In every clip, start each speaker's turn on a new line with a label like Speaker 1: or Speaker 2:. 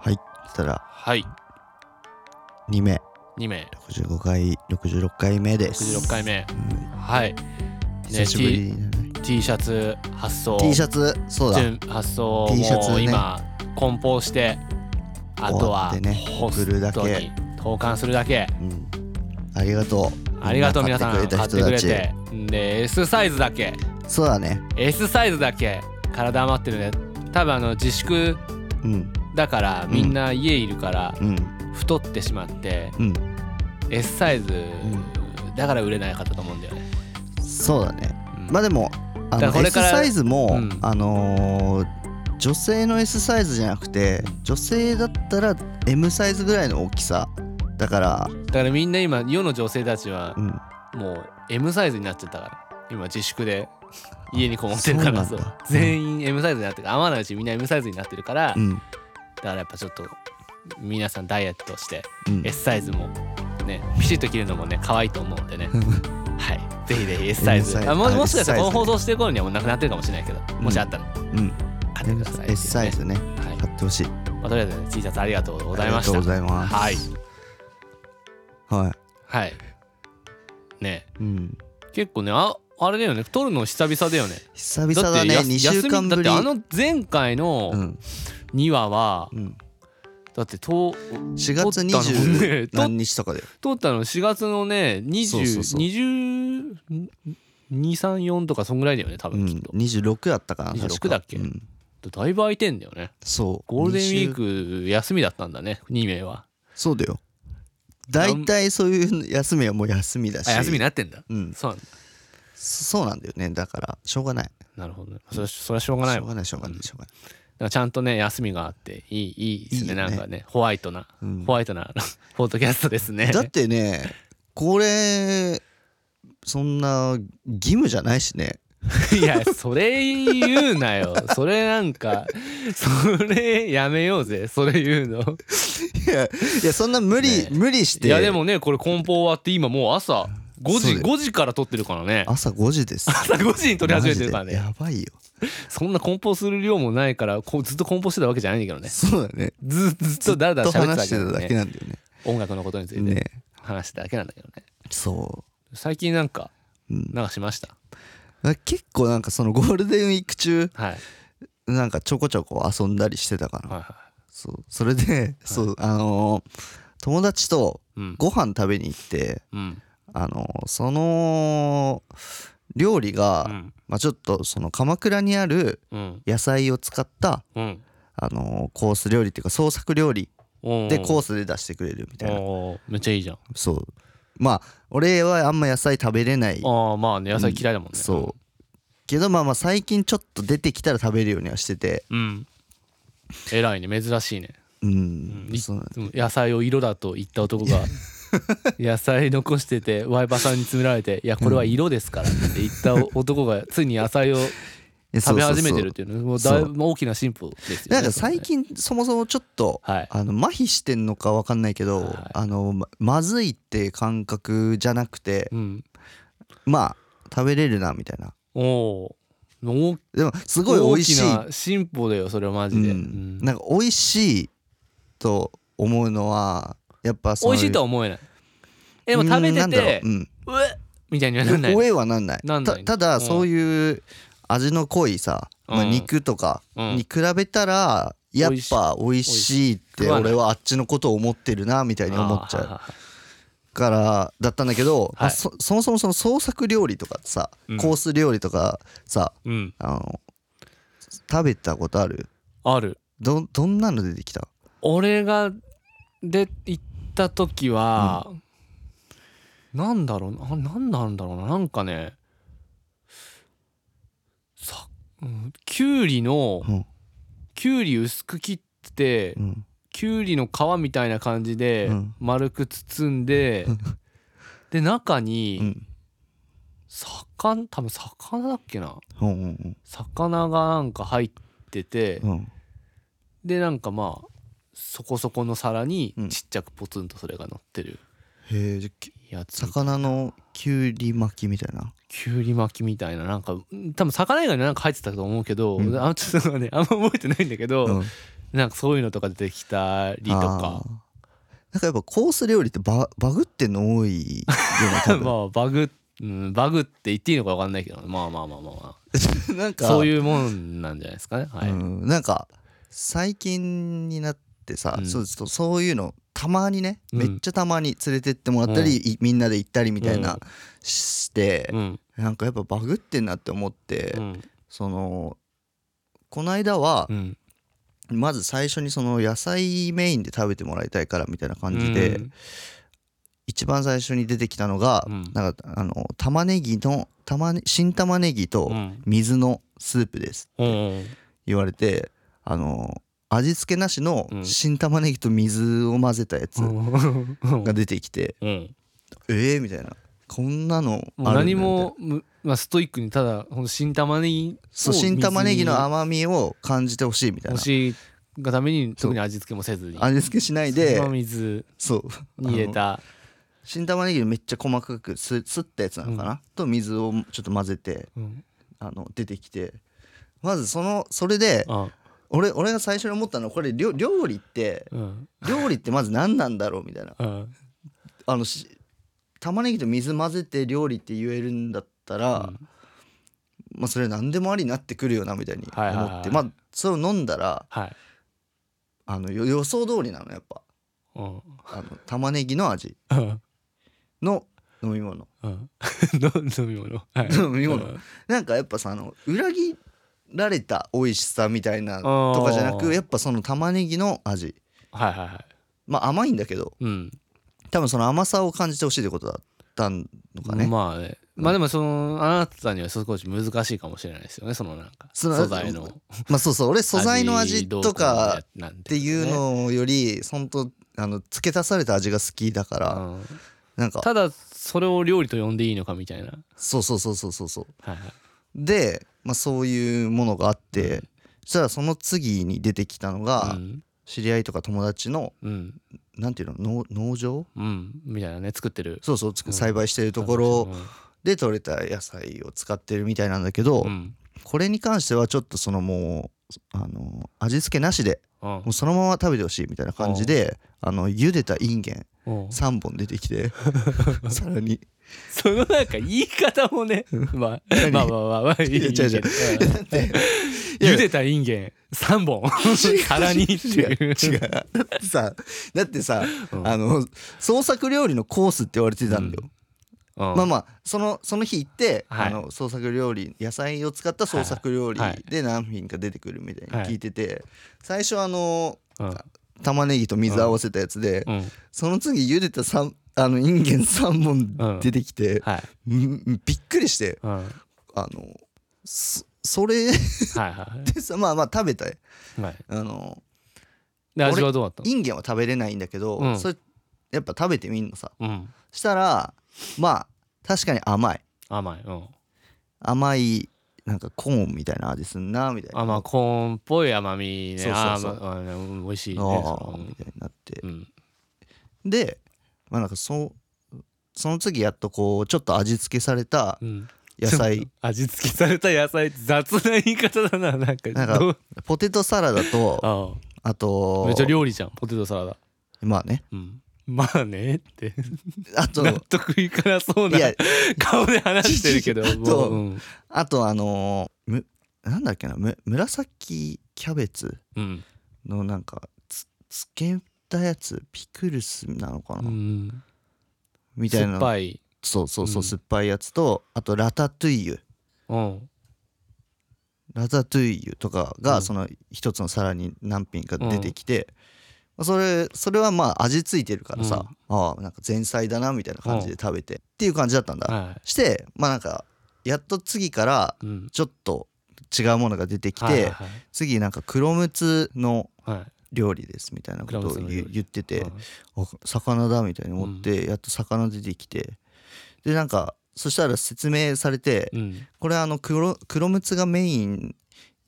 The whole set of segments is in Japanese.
Speaker 1: はいそしたら
Speaker 2: はい
Speaker 1: 2名
Speaker 2: 2名
Speaker 1: 65回66回目です
Speaker 2: 66回目
Speaker 1: うん
Speaker 2: はい、ね
Speaker 1: 久、しぶりだね
Speaker 2: T, T シャツ発送
Speaker 1: T シャツそうだ
Speaker 2: 準発送
Speaker 1: T シャ
Speaker 2: を
Speaker 1: ツね
Speaker 2: 今梱包してあ
Speaker 1: 終
Speaker 2: と
Speaker 1: わっ
Speaker 2: は
Speaker 1: てね
Speaker 2: ホスト
Speaker 1: 送るだけ
Speaker 2: に投函するだけ
Speaker 1: うんありがとう
Speaker 2: ありがとう皆さん
Speaker 1: 買
Speaker 2: 買
Speaker 1: ってくれた人
Speaker 2: ってく
Speaker 1: た
Speaker 2: れ
Speaker 1: ち
Speaker 2: てで S サイズだけ
Speaker 1: そうだね
Speaker 2: S サイズだけ体余ってるね多分あの自粛
Speaker 1: うん
Speaker 2: だからみんな家いるから
Speaker 1: うん
Speaker 2: 太ってしまって
Speaker 1: うん
Speaker 2: S サイズ
Speaker 1: ん
Speaker 2: だから売れなかったと思うんだよね、
Speaker 1: そうだね
Speaker 2: うん
Speaker 1: まあでもあ
Speaker 2: だか
Speaker 1: の
Speaker 2: らこれ
Speaker 1: S
Speaker 2: から
Speaker 1: サイズも、
Speaker 2: うん
Speaker 1: あのー女性の S サイズじゃなくて女性だったら M サイズぐらいの大きさだから、
Speaker 2: だからみんな今世の女性たちは
Speaker 1: うん、
Speaker 2: もう M サイズになっちゃったから今自粛で家にこもってるから
Speaker 1: そ
Speaker 2: そうう
Speaker 1: なんだ
Speaker 2: 全員 M サイズになってる合わないうちみんな M サイズになってるから、
Speaker 1: う
Speaker 2: だ
Speaker 1: ん
Speaker 2: からやっぱちょっと皆さんダイエットして
Speaker 1: うん
Speaker 2: S サイズもねピシッと切るのもね可愛いと思うんでねはいぜひぜひ S サイ
Speaker 1: M
Speaker 2: ズ
Speaker 1: サイズ
Speaker 2: あも
Speaker 1: あ
Speaker 2: もしかしたら
Speaker 1: S サイ
Speaker 2: この
Speaker 1: ズね
Speaker 2: 放送してる頃にはもうなくなってるかもしれないけど、もしあったら
Speaker 1: うん
Speaker 2: 買ってくださいっていうね
Speaker 1: S サイズね
Speaker 2: はい
Speaker 1: 買ってほしい
Speaker 2: まあ、とりあえずね T シャツありがとうございました
Speaker 1: ありがとうございます
Speaker 2: はい
Speaker 1: はい
Speaker 2: はいね
Speaker 1: うん
Speaker 2: 結構ねああれだよね撮るの久々だよね
Speaker 1: 久々だね
Speaker 2: やす
Speaker 1: 2週間ぶり
Speaker 2: だってあの前回の
Speaker 1: うん
Speaker 2: 2話は、
Speaker 1: うん、
Speaker 2: だってと
Speaker 1: 4月
Speaker 2: 撮ったの ね
Speaker 1: 20何日とかで
Speaker 2: 撮ったの4月のね
Speaker 1: そうそうそう
Speaker 2: 20234とかそんぐらいだよね多
Speaker 1: う
Speaker 2: 分
Speaker 1: ん
Speaker 2: きっと、
Speaker 1: 26だったかな
Speaker 2: 26
Speaker 1: 確か
Speaker 2: だっけ
Speaker 1: うん
Speaker 2: だいぶ空いてんだよね
Speaker 1: そう
Speaker 2: ゴールデンウィ
Speaker 1: 二週
Speaker 2: ーク休みだったんだね2名は
Speaker 1: そうだよ大体そういう休みはもう休みだし
Speaker 2: あ休みになってんだ
Speaker 1: うん
Speaker 2: そうなんだ
Speaker 1: そうなんだよねだからしょうがない
Speaker 2: なるほどねそれそれはしょうがない
Speaker 1: しょう
Speaker 2: わ
Speaker 1: が
Speaker 2: だか
Speaker 1: ないしょうがないしょうがない
Speaker 2: らちゃんとね休みがあっていいいいですね
Speaker 1: いいよ
Speaker 2: な
Speaker 1: ね
Speaker 2: んかねホワイトな、
Speaker 1: うん
Speaker 2: ホワイトな ポッドキャストですね
Speaker 1: だってねこれそんな義務じゃないしね
Speaker 2: いやそれ言うなよそれなんかそれやめようぜそれ言う
Speaker 1: い
Speaker 2: の
Speaker 1: やいやそんな無理、
Speaker 2: ねえ
Speaker 1: 無理して
Speaker 2: いやでもねこれ梱包終わって今もう朝
Speaker 1: そ
Speaker 2: 5
Speaker 1: う
Speaker 2: 時
Speaker 1: だよ
Speaker 2: 5時から撮ってるからね
Speaker 1: 朝5時です
Speaker 2: 朝5時に撮り始めてるから
Speaker 1: マジで
Speaker 2: ね
Speaker 1: やばいよ
Speaker 2: そんな梱包する量もないからこうずっと�ం包してたわけじゃないんだけどね
Speaker 1: そうだね
Speaker 2: ずずっとだらだら
Speaker 1: と
Speaker 2: 喋っ
Speaker 1: 話してて
Speaker 2: た
Speaker 1: ただ
Speaker 2: だけ
Speaker 1: け
Speaker 2: ど
Speaker 1: な
Speaker 2: ね
Speaker 1: んだよね
Speaker 2: 音楽のことについ
Speaker 1: ね
Speaker 2: て話してただけなんだけどね
Speaker 1: そ
Speaker 2: 最近なんか
Speaker 1: う、うん、
Speaker 2: なんかしました
Speaker 1: だから結構なんかそのゴールデンウィーク中
Speaker 2: はい
Speaker 1: なんかちょこちょこ遊んだりしてたかな、
Speaker 2: はいは
Speaker 1: そうそれで、そうあのー友達と
Speaker 2: いうん
Speaker 1: ご飯食べに行って
Speaker 2: うん
Speaker 1: あのーその料理が、
Speaker 2: うん
Speaker 1: まあ、ちょっとその鎌倉にある
Speaker 2: うん
Speaker 1: 野菜を使った、
Speaker 2: うん
Speaker 1: あのーコース料理っていうか創作料理でコー
Speaker 2: ス
Speaker 1: スで出してくれるみたいな
Speaker 2: めっちゃいいじゃんあ
Speaker 1: そうまあ俺はあんま野菜食べれない
Speaker 2: あまあね野菜嫌いだもんね
Speaker 1: そうけどまあまあ最近ちょっと出てきたら食べるようにはしてて
Speaker 2: うん。偉いね、珍しいね。
Speaker 1: うん、
Speaker 2: うんい
Speaker 1: そうなんだ
Speaker 2: でも野菜を色だと言った男 が野菜残しててワイパーさんに詰められて「いやこれは色ですから」って言った男がついに野菜を
Speaker 1: えそ
Speaker 2: 食
Speaker 1: う
Speaker 2: べ
Speaker 1: そうそう
Speaker 2: 始めてるっていうのもうだいぶ大きな進歩ですよね。
Speaker 1: なんか最近そもそもちょっと、
Speaker 2: はい
Speaker 1: あの麻痺してんのか分かんないけど、
Speaker 2: はい
Speaker 1: あのままずいって感覚じゃなくて
Speaker 2: そ、れね、
Speaker 1: まあ食べれるなみたいな
Speaker 2: うん、おおす
Speaker 1: でもすごい美味しい
Speaker 2: 大きな進歩だよそれはマジ
Speaker 1: う
Speaker 2: で、うんん、
Speaker 1: なんか美味しいと思うのはやっぱそ
Speaker 2: 美
Speaker 1: の
Speaker 2: 味しいとは思えないえでも食べ
Speaker 1: うんな
Speaker 2: て
Speaker 1: んだろ
Speaker 2: て
Speaker 1: ううん
Speaker 2: 「うえっ!」みたいにはならない
Speaker 1: おえはなんない
Speaker 2: なんない
Speaker 1: たただ
Speaker 2: うん
Speaker 1: そういう味の濃いさ、まあ、
Speaker 2: うん
Speaker 1: 肉とか
Speaker 2: うん
Speaker 1: に比べたらやっぱ美味しいって
Speaker 2: 美味しい
Speaker 1: 俺はあっちのことを思ってるなみたいに思っちゃうからだったんだけど、まあそそもそもその創作料理とかさ、
Speaker 2: うん
Speaker 1: コース料理とかさ
Speaker 2: う、うん、
Speaker 1: あの食べたことある
Speaker 2: ある
Speaker 1: どどんなの出てきた
Speaker 2: 俺がで行った時は、なんだろうなあなんなんだろうななんかねさ、うん、きゅうりの
Speaker 1: うん
Speaker 2: きゅうり薄く切って
Speaker 1: うん
Speaker 2: きゅうりの皮みたいな感じで
Speaker 1: うん
Speaker 2: 丸く包んで、で中
Speaker 1: う
Speaker 2: に
Speaker 1: ん
Speaker 2: 魚多分魚だっけな
Speaker 1: うんうん
Speaker 2: 魚がなんか入ってて、
Speaker 1: うんうん
Speaker 2: でなんかまあそこそこの皿に
Speaker 1: うん
Speaker 2: ちっちゃくポツンとそれが乗ってる
Speaker 1: へえじゃき
Speaker 2: やつ
Speaker 1: 魚のきゅうり巻きみたいな
Speaker 2: きゅうり巻きみたいななんかうん多分魚以外になんか入ってたと思うけど、
Speaker 1: うん
Speaker 2: あちょっとねあんま覚えてないんだけど、
Speaker 1: うん
Speaker 2: なんかそういうのとか出てきたりとか
Speaker 1: あーなんかやっぱコース料理ってババグってんの多いよね多分
Speaker 2: まあバグ、うん、バグって言っていいのか分かんないけど、まあまあまあまあま あ
Speaker 1: なんか
Speaker 2: そういうもんなんじゃないですかねはい、
Speaker 1: うん、なんか最近になってさ、
Speaker 2: うん
Speaker 1: そうそうそういうのたまにね、
Speaker 2: うん
Speaker 1: めっちゃたまに連れてってもらったり、いみんなで行ったりみたいな、
Speaker 2: うん
Speaker 1: して
Speaker 2: う、ん
Speaker 1: なんかやっぱバグってんなって思って、
Speaker 2: うん
Speaker 1: そのこの間は
Speaker 2: う、ん
Speaker 1: まず最初にその野菜メインで食べてもらいたいからみたいな感じで、
Speaker 2: うん
Speaker 1: 一番最初に出てきたのが、
Speaker 2: うん
Speaker 1: なんかあの玉ねぎの玉ね新玉ねぎと
Speaker 2: うん
Speaker 1: 水のスープです
Speaker 2: うん
Speaker 1: 言われてあの味付けなしの
Speaker 2: うん
Speaker 1: 新玉ねぎと水を混ぜたやつ
Speaker 2: うん
Speaker 1: が出てきて、
Speaker 2: うん
Speaker 1: えーみたいなこんなのあるん
Speaker 2: もう
Speaker 1: だみたい
Speaker 2: 何
Speaker 1: な
Speaker 2: もむまあストイックにただほんと新玉ねぎを
Speaker 1: そう新玉ねぎの甘みを感じてほしいみたい
Speaker 2: 欲
Speaker 1: な
Speaker 2: しいがために特に味付けもせずに
Speaker 1: 味付けしないで
Speaker 2: その水
Speaker 1: そう
Speaker 2: に入れ
Speaker 1: あの
Speaker 2: た
Speaker 1: 新玉ねぎめっちゃ細かくすすったやつなのかな、と水をちょっと混ぜて
Speaker 2: うん
Speaker 1: あの出てきてまずそのそれで
Speaker 2: あ
Speaker 1: 俺俺が最初に思ったのはこれ料料理って
Speaker 2: うん
Speaker 1: 料理ってまず何なんだろうみたいな
Speaker 2: うん
Speaker 1: あのし玉ねぎと水混ぜて料理って言えるんだったら、まあそれ何でもありになってくるよなみたいに思って、
Speaker 2: はいはいはい
Speaker 1: まあそれを飲んだら
Speaker 2: はい
Speaker 1: あのよ予想通りなのやっぱ
Speaker 2: うん
Speaker 1: あの玉ねぎの味
Speaker 2: うん
Speaker 1: の飲み物
Speaker 2: うん の飲み物はい
Speaker 1: 飲み物
Speaker 2: うん
Speaker 1: なんかやっぱさあの裏切られた美味しさみたいなとかじゃな
Speaker 2: あー
Speaker 1: くやっぱその玉ねぎの味
Speaker 2: はいはいはい
Speaker 1: まあ甘いんだけど
Speaker 2: うん
Speaker 1: 多分その甘さを感じてほしいってことだったのかね、
Speaker 2: まあねまあでもそのあなたには少し難しいかもしれないですよねそのなんか
Speaker 1: そ
Speaker 2: 素
Speaker 1: の
Speaker 2: 材の
Speaker 1: まあそうそう俺素材の味
Speaker 2: どう
Speaker 1: とか
Speaker 2: うなん
Speaker 1: っていうのより本当あの付け足された味が好きだから、
Speaker 2: うん
Speaker 1: なんか
Speaker 2: ただそれを料理と呼んでいいのかみたいな
Speaker 1: そうそうそうそうそうそう
Speaker 2: はいはい
Speaker 1: で、まあ、そういうものがあって、そしたらその次に出てきたのが、
Speaker 2: うん
Speaker 1: 知り合いとか友達の
Speaker 2: うん
Speaker 1: なんていうの農農場
Speaker 2: うんみたいなね作ってる
Speaker 1: そうそうつく
Speaker 2: うん
Speaker 1: 栽培してるところで採れた野菜を使ってるみたいなんだけど、
Speaker 2: うん
Speaker 1: これに関してはちょっとそのもうあの味付けなしで
Speaker 2: うん
Speaker 1: もうそのまま食べてほしいみたいな感じで、あの茹でたインゲン
Speaker 2: うん
Speaker 1: 3本出てき てさらに
Speaker 2: そのなんか言い方もねまあまあまあまあまあいい
Speaker 1: いや違う違う
Speaker 2: いいけどうん茹でたインゲン3本皿にって
Speaker 1: 違う
Speaker 2: いう
Speaker 1: 違 うだってさだってさ、
Speaker 2: うん
Speaker 1: あの創作料理のコースって言われてたんだよ、
Speaker 2: うん
Speaker 1: まあまあそのその日行って、
Speaker 2: はい
Speaker 1: あの創作料理野菜を使った創作料理
Speaker 2: はいはい
Speaker 1: で何品か出てくるみたい
Speaker 2: はい
Speaker 1: に聞いてて、最初あの
Speaker 2: うん
Speaker 1: 玉ねぎと水合わせたやつで、
Speaker 2: うん
Speaker 1: その次茹でたさんあのインゲン3
Speaker 2: うん
Speaker 1: 本出てきて、
Speaker 2: はい
Speaker 1: んびっくりして
Speaker 2: うんはい
Speaker 1: あのそそれで
Speaker 2: は
Speaker 1: さまあまあ食べた
Speaker 2: いはい
Speaker 1: あの
Speaker 2: で味はどうだった
Speaker 1: インゲンは食べれないんだけど、
Speaker 2: うん
Speaker 1: それやっぱ食べてみんのさ
Speaker 2: のうん
Speaker 1: したらまあ確かに甘い
Speaker 2: 甘いうん
Speaker 1: 甘いなんかコーンみたいな味すんなみたいな
Speaker 2: あまあコーンっぽい甘みね
Speaker 1: そうそうそう
Speaker 2: あまあうん美味しいね
Speaker 1: あ
Speaker 2: そ
Speaker 1: ーみ
Speaker 2: の
Speaker 1: たいになって
Speaker 2: うん
Speaker 1: でまあなんかそうその次やっとこうちょっと味付けされた
Speaker 2: うん
Speaker 1: 野菜
Speaker 2: 味付けされた野菜雑な言い方だななんか
Speaker 1: なんか
Speaker 2: どう
Speaker 1: ポテトサラダとあ
Speaker 2: ああ
Speaker 1: と
Speaker 2: めっちゃ料理じゃんポテトサラダ
Speaker 1: まあね
Speaker 2: うんまあねって
Speaker 1: あと
Speaker 2: 納得い かなそうない
Speaker 1: や
Speaker 2: 顔で話してるけど
Speaker 1: ちょっと
Speaker 2: もううん
Speaker 1: あとあのーむなんだっけなむ紫キャベツ
Speaker 2: うん
Speaker 1: のなんかつつけたやつピクルスなのかな、
Speaker 2: うん
Speaker 1: みたい
Speaker 2: 酸
Speaker 1: な
Speaker 2: っぱい
Speaker 1: そうそうそうう、
Speaker 2: ん
Speaker 1: 酸っぱいやつとあとラタトゥイユ
Speaker 2: うん
Speaker 1: ラタトゥイユとか
Speaker 2: うん
Speaker 1: がその一つの皿に何品か出てきて、まあそれそれはまあ味付いてるからさ、ああなんか前菜だなみたいな感じで食べて、っていう感じだったんだ、
Speaker 2: は
Speaker 1: してまあなんかやっと次から
Speaker 2: いうん
Speaker 1: ちょっと違うものが出てきて、
Speaker 2: はいはい
Speaker 1: 次なんか黒ムツの
Speaker 2: はいはい
Speaker 1: 料理ですみたいなことを
Speaker 2: 黒ムツの料
Speaker 1: 言
Speaker 2: 理
Speaker 1: 言ってて、
Speaker 2: うん
Speaker 1: あ魚だみたいに思って、やっと魚出てきてでなんかそしたら説明されて、
Speaker 2: うん
Speaker 1: これあの黒黒ムツがメイン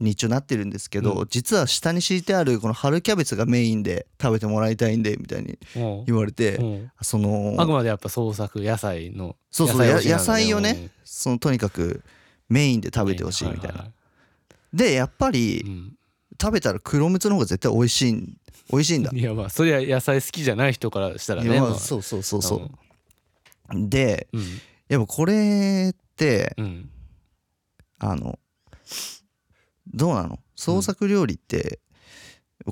Speaker 1: に一応なってるんですけど、
Speaker 2: う
Speaker 1: 実は下に敷いてあるこの春キャベツがメインで食べてもらいたいんでみたいに
Speaker 2: うん
Speaker 1: 言われて、
Speaker 2: うん
Speaker 1: その
Speaker 2: あくまでやっぱ創作野菜の
Speaker 1: そうそうや野菜
Speaker 2: を
Speaker 1: をねそのとにかくメインで食べてほしいみたいな。でやっぱり食べたら黒蜜の方が絶対美味しいん美味しいんだ、
Speaker 2: いやまあそりゃ野菜好きじゃない人からしたら
Speaker 1: い
Speaker 2: ね
Speaker 1: や
Speaker 2: ま
Speaker 1: ま
Speaker 2: あ
Speaker 1: あそうそうそうそう、で
Speaker 2: うん
Speaker 1: やっぱこれって
Speaker 2: うん
Speaker 1: あのどうなの創作料理って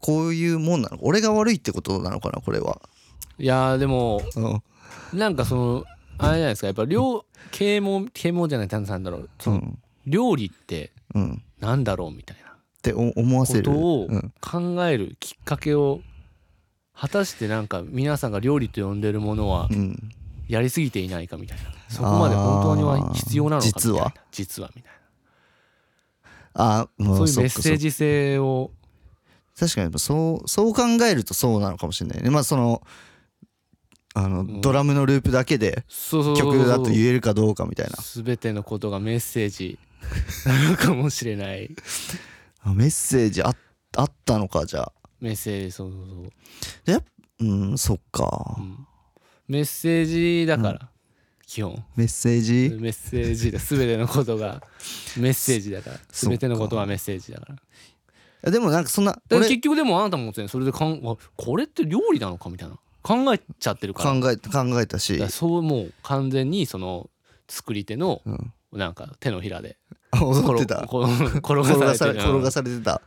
Speaker 1: こういうもんなの俺が悪いってことなのかなこれは、
Speaker 2: いやでも
Speaker 1: うん
Speaker 2: なんかそのあれじゃないですかやっぱ料啓蒙啓蒙じゃないなんなんだろう
Speaker 1: う
Speaker 2: その
Speaker 1: ん
Speaker 2: 料理って
Speaker 1: うん、っ
Speaker 2: なんだろうみたいな
Speaker 1: てお思わ
Speaker 2: こ
Speaker 1: せる
Speaker 2: とを
Speaker 1: うん
Speaker 2: 考えるきっかけを果たしてなんか皆さんが料理と呼んでるものは
Speaker 1: うん、
Speaker 2: やりすぎていないかみたいなそこまで本当には必要なのかみたいな
Speaker 1: あー実は
Speaker 2: 実はみたい
Speaker 1: あも
Speaker 2: な
Speaker 1: う
Speaker 2: そうういうメッセージ性を
Speaker 1: 確かにそうそう考えるとそうなのかもしれないねまあそのあの、
Speaker 2: ん
Speaker 1: ドラムのループだけで
Speaker 2: そうそうそうそう
Speaker 1: 曲だと言えるかどうかみたいな
Speaker 2: 全てのことがメッセージなのかもしれない
Speaker 1: あメッセージああったのかじゃあ
Speaker 2: メッセージそうそうそう
Speaker 1: でうんそっか、
Speaker 2: うんメッセージだから、基本
Speaker 1: メッセージ
Speaker 2: メッセー ジだ全てのことがメッセージだから
Speaker 1: そっか
Speaker 2: 全てのことはメッセージだからだか
Speaker 1: あでもなんかそんな
Speaker 2: ら
Speaker 1: 俺
Speaker 2: 結局でもあなたもねそれでかんあこれって料理なのかみたいな考えちゃってるから
Speaker 1: 考え考えたし
Speaker 2: だからそうもう完全にその作り手の
Speaker 1: うん、
Speaker 2: なんか手のひらで
Speaker 1: あ踊って
Speaker 2: 転
Speaker 1: た
Speaker 2: 転
Speaker 1: 転
Speaker 2: が
Speaker 1: が
Speaker 2: さ
Speaker 1: さ
Speaker 2: れ
Speaker 1: れ
Speaker 2: て
Speaker 1: 転
Speaker 2: る
Speaker 1: がされてた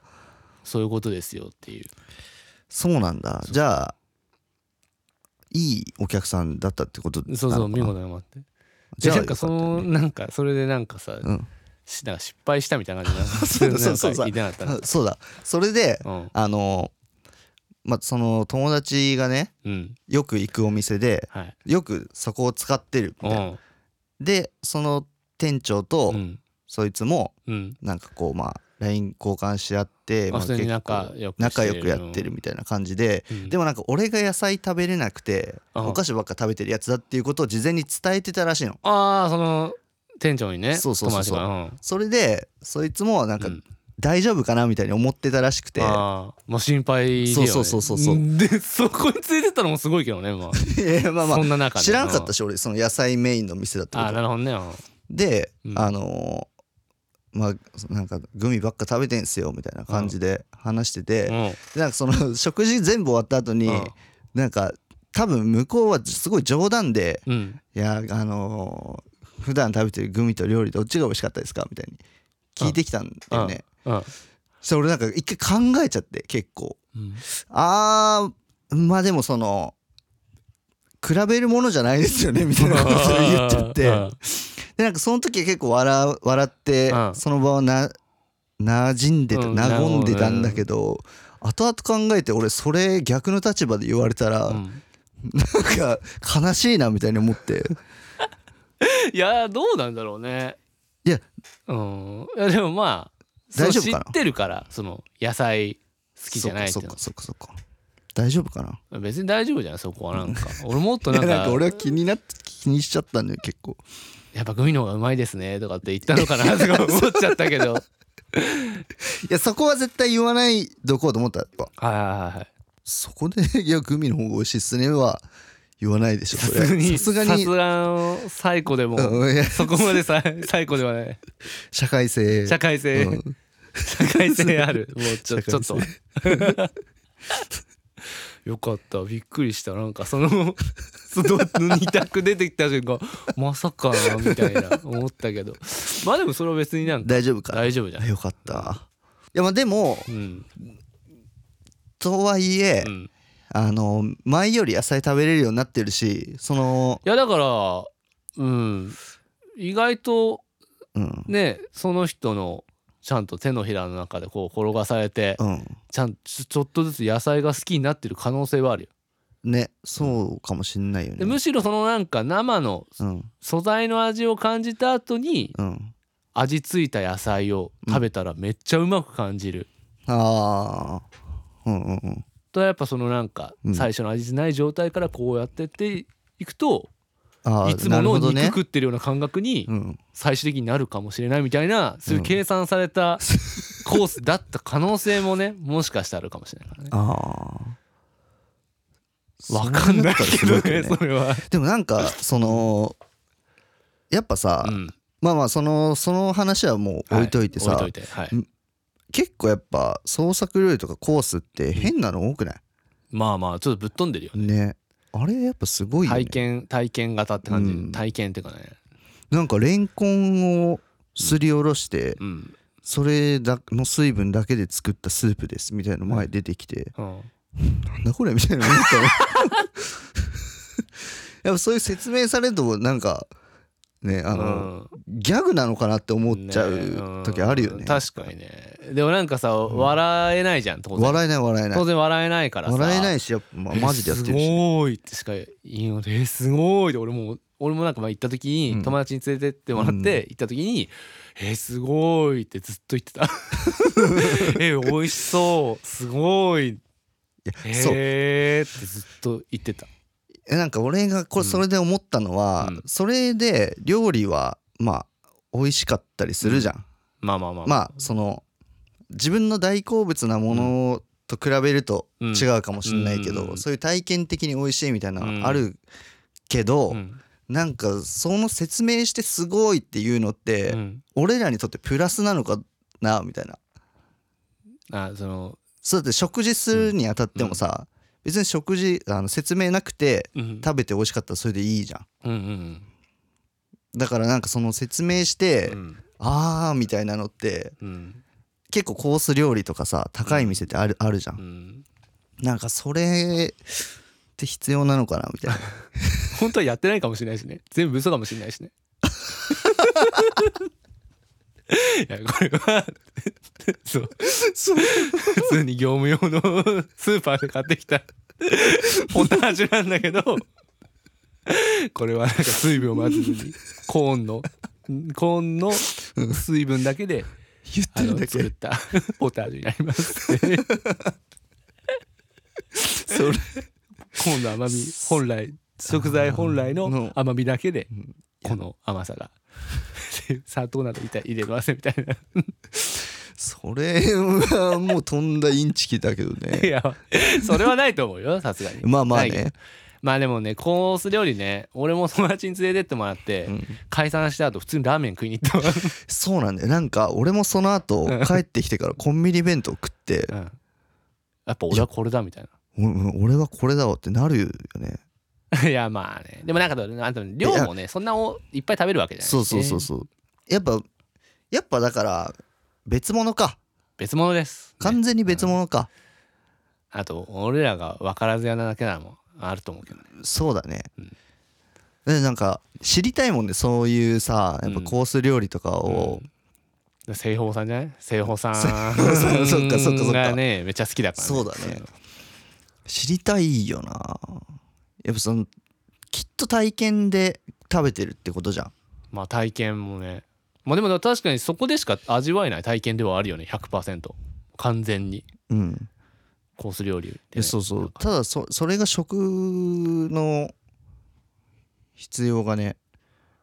Speaker 2: そういうことですよっていう
Speaker 1: そうなんだじゃあいいお客さんだったってことなのか
Speaker 2: そう
Speaker 1: な
Speaker 2: そう見事なもあって
Speaker 1: じゃ
Speaker 2: で
Speaker 1: あ
Speaker 2: なんかそのなんかそれでなんかさ
Speaker 1: うん
Speaker 2: しなんか失敗したみたいな感じで
Speaker 1: そうだ
Speaker 2: なんか
Speaker 1: そうだ
Speaker 2: 聞いてなかった
Speaker 1: あ そうだそれで
Speaker 2: なうん
Speaker 1: あのまあその友達がね
Speaker 2: うん
Speaker 1: よく行くお店で
Speaker 2: はい
Speaker 1: よくそこを使ってる
Speaker 2: う
Speaker 1: みたいなんでその店長と
Speaker 2: うん
Speaker 1: そいつも
Speaker 2: うん
Speaker 1: なんかこうまあ LINE 交換し合って
Speaker 2: まあ
Speaker 1: まあ
Speaker 2: 普通に
Speaker 1: 結構
Speaker 2: 仲良く
Speaker 1: 仲良くやってるみたいな感じでで
Speaker 2: も
Speaker 1: もなんか俺が野菜食べれなくて
Speaker 2: うん
Speaker 1: お菓子ばっか食べてるやつだっていうことを事前に伝えてたらしいの
Speaker 2: ああその店長にね
Speaker 1: そうそうそうそう
Speaker 2: 友達
Speaker 1: それでそいつもなんか
Speaker 2: がうん
Speaker 1: 大丈夫かなみたいに思ってたらしくていや
Speaker 2: あーまあ心配だよね
Speaker 1: そうそうそうそうそうん
Speaker 2: でそこに連れてったのもすごいけどねまあ
Speaker 1: い やまあま
Speaker 2: そ
Speaker 1: あ
Speaker 2: んな中で
Speaker 1: 知らなかったし俺その野菜メインの店だった
Speaker 2: ああ
Speaker 1: こと
Speaker 2: なるほどね
Speaker 1: で、
Speaker 2: うん
Speaker 1: あのーまあなんかグミばっか食べてんすよみたいな感じで話してて、
Speaker 2: うん
Speaker 1: で
Speaker 2: うん
Speaker 1: なんかその食事全部終わった後に、
Speaker 2: うん
Speaker 1: なんか多分向こうはすごい冗談で
Speaker 2: うん
Speaker 1: 「いやあのー普段食べてるグミと料理どっちが美味しかったですか?」みたいに聞いてきたんだよね。
Speaker 2: うん
Speaker 1: そしたら俺なんか一回考えちゃって結構。
Speaker 2: うん
Speaker 1: あーまあでもその比べるものじゃないですよねみたいなことを言っちゃって
Speaker 2: うん
Speaker 1: でなんかその時は結構笑う笑って
Speaker 2: うん
Speaker 1: その場はな馴染んでて
Speaker 2: うん
Speaker 1: 和んでたんだけど後々考えて俺それ逆の立場で言われたら
Speaker 2: う
Speaker 1: なん
Speaker 2: ん
Speaker 1: か悲しいなみたいに思って
Speaker 2: いやどうなんだろうね
Speaker 1: いや
Speaker 2: うんいやでもまあそ
Speaker 1: 大
Speaker 2: う
Speaker 1: 丈
Speaker 2: 知
Speaker 1: 夫かな
Speaker 2: ってるからその野菜好きじゃないって
Speaker 1: そっ
Speaker 2: いう
Speaker 1: かそっかそっかそっか大丈夫かな
Speaker 2: の別に大丈夫じゃんそこはなんか俺もっ
Speaker 1: い
Speaker 2: とな
Speaker 1: や
Speaker 2: んか
Speaker 1: なんか俺は気になって気にしちゃったんだよ結構
Speaker 2: やっぱグミの方がうまいですねとかって言ったのかなとか思っちゃったけど はい
Speaker 1: いやそこは絶対言わないどこうと思ったわ
Speaker 2: はいはいはい
Speaker 1: そこで 「いやグミの方が美味しいっすね」は言わないでしょ
Speaker 2: さ
Speaker 1: そ
Speaker 2: すが
Speaker 1: れ
Speaker 2: に
Speaker 1: はさす
Speaker 2: さすが
Speaker 1: が
Speaker 2: に
Speaker 1: に
Speaker 2: サイコでも
Speaker 1: うんいや
Speaker 2: そこまでさサイコではない
Speaker 1: 社会性
Speaker 2: 社会性、
Speaker 1: うん
Speaker 2: 社会性あるもうちょ
Speaker 1: 社
Speaker 2: ちょっ
Speaker 1: 会性
Speaker 2: と よかったびっくりしたなんかそ のその2択出てきた瞬間まさかなみたいな思ったけどまあでもそれは別になんか
Speaker 1: 大丈夫か
Speaker 2: 大丈夫じゃん
Speaker 1: よかったいやまあでも
Speaker 2: うん
Speaker 1: とはいえ、
Speaker 2: うんい
Speaker 1: あの前より野菜食べれるようになってるしその
Speaker 2: やだからうん意外と
Speaker 1: うん
Speaker 2: ねその人のちゃんと手のひらの中でこう転がされて
Speaker 1: うん
Speaker 2: ちゃんちょちょっとずつ野菜が好きになってる可能性はあるよ
Speaker 1: ねそうかもしんないよ
Speaker 2: で
Speaker 1: ね
Speaker 2: むしろそのなんか生の
Speaker 1: うん
Speaker 2: 素材の味を感じた後に
Speaker 1: うん
Speaker 2: 味付いた野菜を食べたらめっちゃうまく感じる、
Speaker 1: ああうんうんうん
Speaker 2: とやっぱそのなんか
Speaker 1: うん
Speaker 2: 最初の味ない状態からこうやってっていくと、
Speaker 1: ああ
Speaker 2: いつもの肉
Speaker 1: ね
Speaker 2: 食ってるような感覚に
Speaker 1: うん
Speaker 2: 最終的になるかもしれないみたいなそういう計算された コースだった可能性もねもしかしたらあるかもしれないからね。
Speaker 1: ああ
Speaker 2: わかんないけど
Speaker 1: それだ
Speaker 2: ね
Speaker 1: ったらすごいよ
Speaker 2: それは。
Speaker 1: でもなんかそのやっぱさ、
Speaker 2: うん
Speaker 1: まあまあそのその話はもう置いといてさ、
Speaker 2: は置いといてはい
Speaker 1: 結構やっぱ創作料理とかコースって変なの多くない、
Speaker 2: まあまあちょっとぶっ飛んでるよね
Speaker 1: ねあれやっぱすごいよね
Speaker 2: 体験体験型って感じ、
Speaker 1: うん
Speaker 2: 体験っていうかね
Speaker 1: なんかレンコンをすりおろして、
Speaker 2: うん、
Speaker 1: それだの水分だけで作ったスープですみたいなの前出てきて、
Speaker 2: うん、
Speaker 1: なん だこれみたいな思ったのやっぱそういう説明されるとなんかねあの、ギャグなのかなって思っちゃう時あるよね
Speaker 2: ん確かにねでもなんかさ、笑えないじゃん当然
Speaker 1: 笑えない笑えない
Speaker 2: 当然笑えないからさ
Speaker 1: 笑えないいしやっぱ、まあ、マジでやってる
Speaker 2: す
Speaker 1: し、
Speaker 2: ごーいってしか言うのでえーすごーいって俺も俺もなんかまあ行った時に、
Speaker 1: うん
Speaker 2: 友達に連れてってもらって行った時に、えーすごーいってずっと言っ てたえー美味しそうすごーい
Speaker 1: いやそう
Speaker 2: えーってずっと言ってた
Speaker 1: えなんか俺がこ
Speaker 2: う
Speaker 1: れ
Speaker 2: ん
Speaker 1: それで思ったのは、
Speaker 2: うん
Speaker 1: それで料理はまあ美味しかったりするじゃん、
Speaker 2: まあまあまあ
Speaker 1: まあその自分の大好物なものと比べると
Speaker 2: うん
Speaker 1: 違うかもしれないけど、
Speaker 2: うん
Speaker 1: そういう体験的に美味しいみたいなのはあるけど、
Speaker 2: うん
Speaker 1: なんかその説明してすごいっていうのって、
Speaker 2: うん
Speaker 1: 俺らにとってプラスなのかなみたいな
Speaker 2: あその
Speaker 1: そうだって食事するにあたってもさ、別に食事あの説明なくて
Speaker 2: うん
Speaker 1: 食べて美味しかったらそれでいいじゃん
Speaker 2: うんうん
Speaker 1: だからなんかその説明して、
Speaker 2: うん
Speaker 1: あーみたいなのって
Speaker 2: うん
Speaker 1: 結構コース料理とかさ高い店ってあるあるじゃん
Speaker 2: う、ん
Speaker 1: なんかそれって必要なのかなみたいな
Speaker 2: 本当はやってないかもしれないしね全部嘘かもしれない しねいやこれはそう普通に業務用のスーパーで買ってきたポタージュなんだけどこれはなんか水分を混ぜずにコーンのコーンの水分だけで
Speaker 1: 言っ
Speaker 2: あ
Speaker 1: てる
Speaker 2: の
Speaker 1: だ
Speaker 2: 作っ
Speaker 1: け
Speaker 2: たポタージュになりま すって
Speaker 1: それ
Speaker 2: コーンの甘み本来食材本来の
Speaker 1: の
Speaker 2: 甘みだけで
Speaker 1: ん
Speaker 2: この甘さが で砂糖などいた入れますみたい な
Speaker 1: それはもうとんだインチキだけど
Speaker 2: い
Speaker 1: ね
Speaker 2: やそれはないと思うよさすがに
Speaker 1: まあまあ
Speaker 2: ないけど
Speaker 1: ね
Speaker 2: まあでもねコース料理ね俺も友達に連れてってもらって、
Speaker 1: うん
Speaker 2: 解散した後普通にラーメン食いに行ったわ、
Speaker 1: そうなんだよなんか俺もその後
Speaker 2: うん
Speaker 1: 帰ってきてからコンビニ弁当食って
Speaker 2: うん、やっぱ俺はこれだみたい
Speaker 1: おお俺はこれだわってなるよね
Speaker 2: ないやまあねでもなんかどうあと量もねそんなおいっぱい食べるわけじゃないし
Speaker 1: そうそうそうそうやっぱやっぱだから別物か
Speaker 2: 別物です、ね
Speaker 1: 完全に別物か
Speaker 2: あと俺らが分からずやなだけなのもあると思うけどね
Speaker 1: そうだね
Speaker 2: うん
Speaker 1: でなんか知りたいもんねそういうさやっぱ
Speaker 2: うん
Speaker 1: コース料理とかを
Speaker 2: うん西宝さんじゃない西宝さん
Speaker 1: ん そっかそっかそっか
Speaker 2: がねめっちゃ好きだから
Speaker 1: そうだね知りたいよなやっぱそのきっと体験で食べてるってことじゃん
Speaker 2: まあ体験もねまあでも確かにそこでしか味わえない体験ではあるよね100%完全に
Speaker 1: うん
Speaker 2: コース料理でね、
Speaker 1: いやそうそ
Speaker 2: なん
Speaker 1: う
Speaker 2: か
Speaker 1: ただそそれが食の必要がね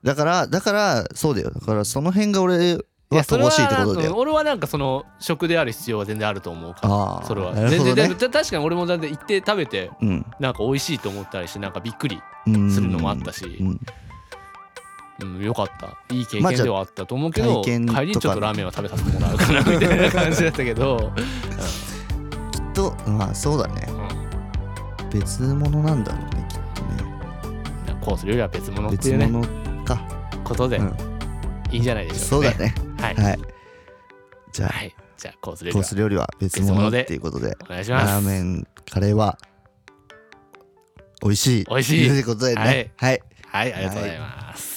Speaker 1: だからだからそうだよだからその辺が俺は乏しいってことだ
Speaker 2: うん
Speaker 1: よ
Speaker 2: 俺はなんかその食である必要は全然あると思うから
Speaker 1: ああ
Speaker 2: それは
Speaker 1: なる
Speaker 2: 全
Speaker 1: ほど
Speaker 2: 然でも
Speaker 1: ね
Speaker 2: た確かに俺もだって行って食べて
Speaker 1: うん
Speaker 2: なんか美味しいと思ったりしてなんかびっくり
Speaker 1: うん
Speaker 2: するのもあったし、
Speaker 1: うん
Speaker 2: うん、よかったいい経
Speaker 1: まあ
Speaker 2: 験
Speaker 1: じゃあ
Speaker 2: ではあったと思うけど、
Speaker 1: 体験とかね
Speaker 2: 帰りにちょっとラーメンは食べさせてもらうかなみたいな感じだったけ ど、
Speaker 1: きっとまあそうだね
Speaker 2: う
Speaker 1: 別物なんだろうねきっとね
Speaker 2: ん、コース料理は別物ってい
Speaker 1: 別
Speaker 2: うね
Speaker 1: 物か
Speaker 2: ことで
Speaker 1: うん
Speaker 2: いいんじゃないでしょ
Speaker 1: そうう
Speaker 2: か、
Speaker 1: だね
Speaker 2: はい、
Speaker 1: はいじゃあ
Speaker 2: はい、じゃあコース料
Speaker 1: コ
Speaker 2: 理
Speaker 1: ー
Speaker 2: は
Speaker 1: ス料理は別
Speaker 2: 別
Speaker 1: 物
Speaker 2: 物
Speaker 1: っ
Speaker 2: で
Speaker 1: ていうことで
Speaker 2: お願いします
Speaker 1: ラーメンカレーは美味しい
Speaker 2: 美味しい
Speaker 1: ということでね
Speaker 2: はい
Speaker 1: はい
Speaker 2: はいありがとうございます、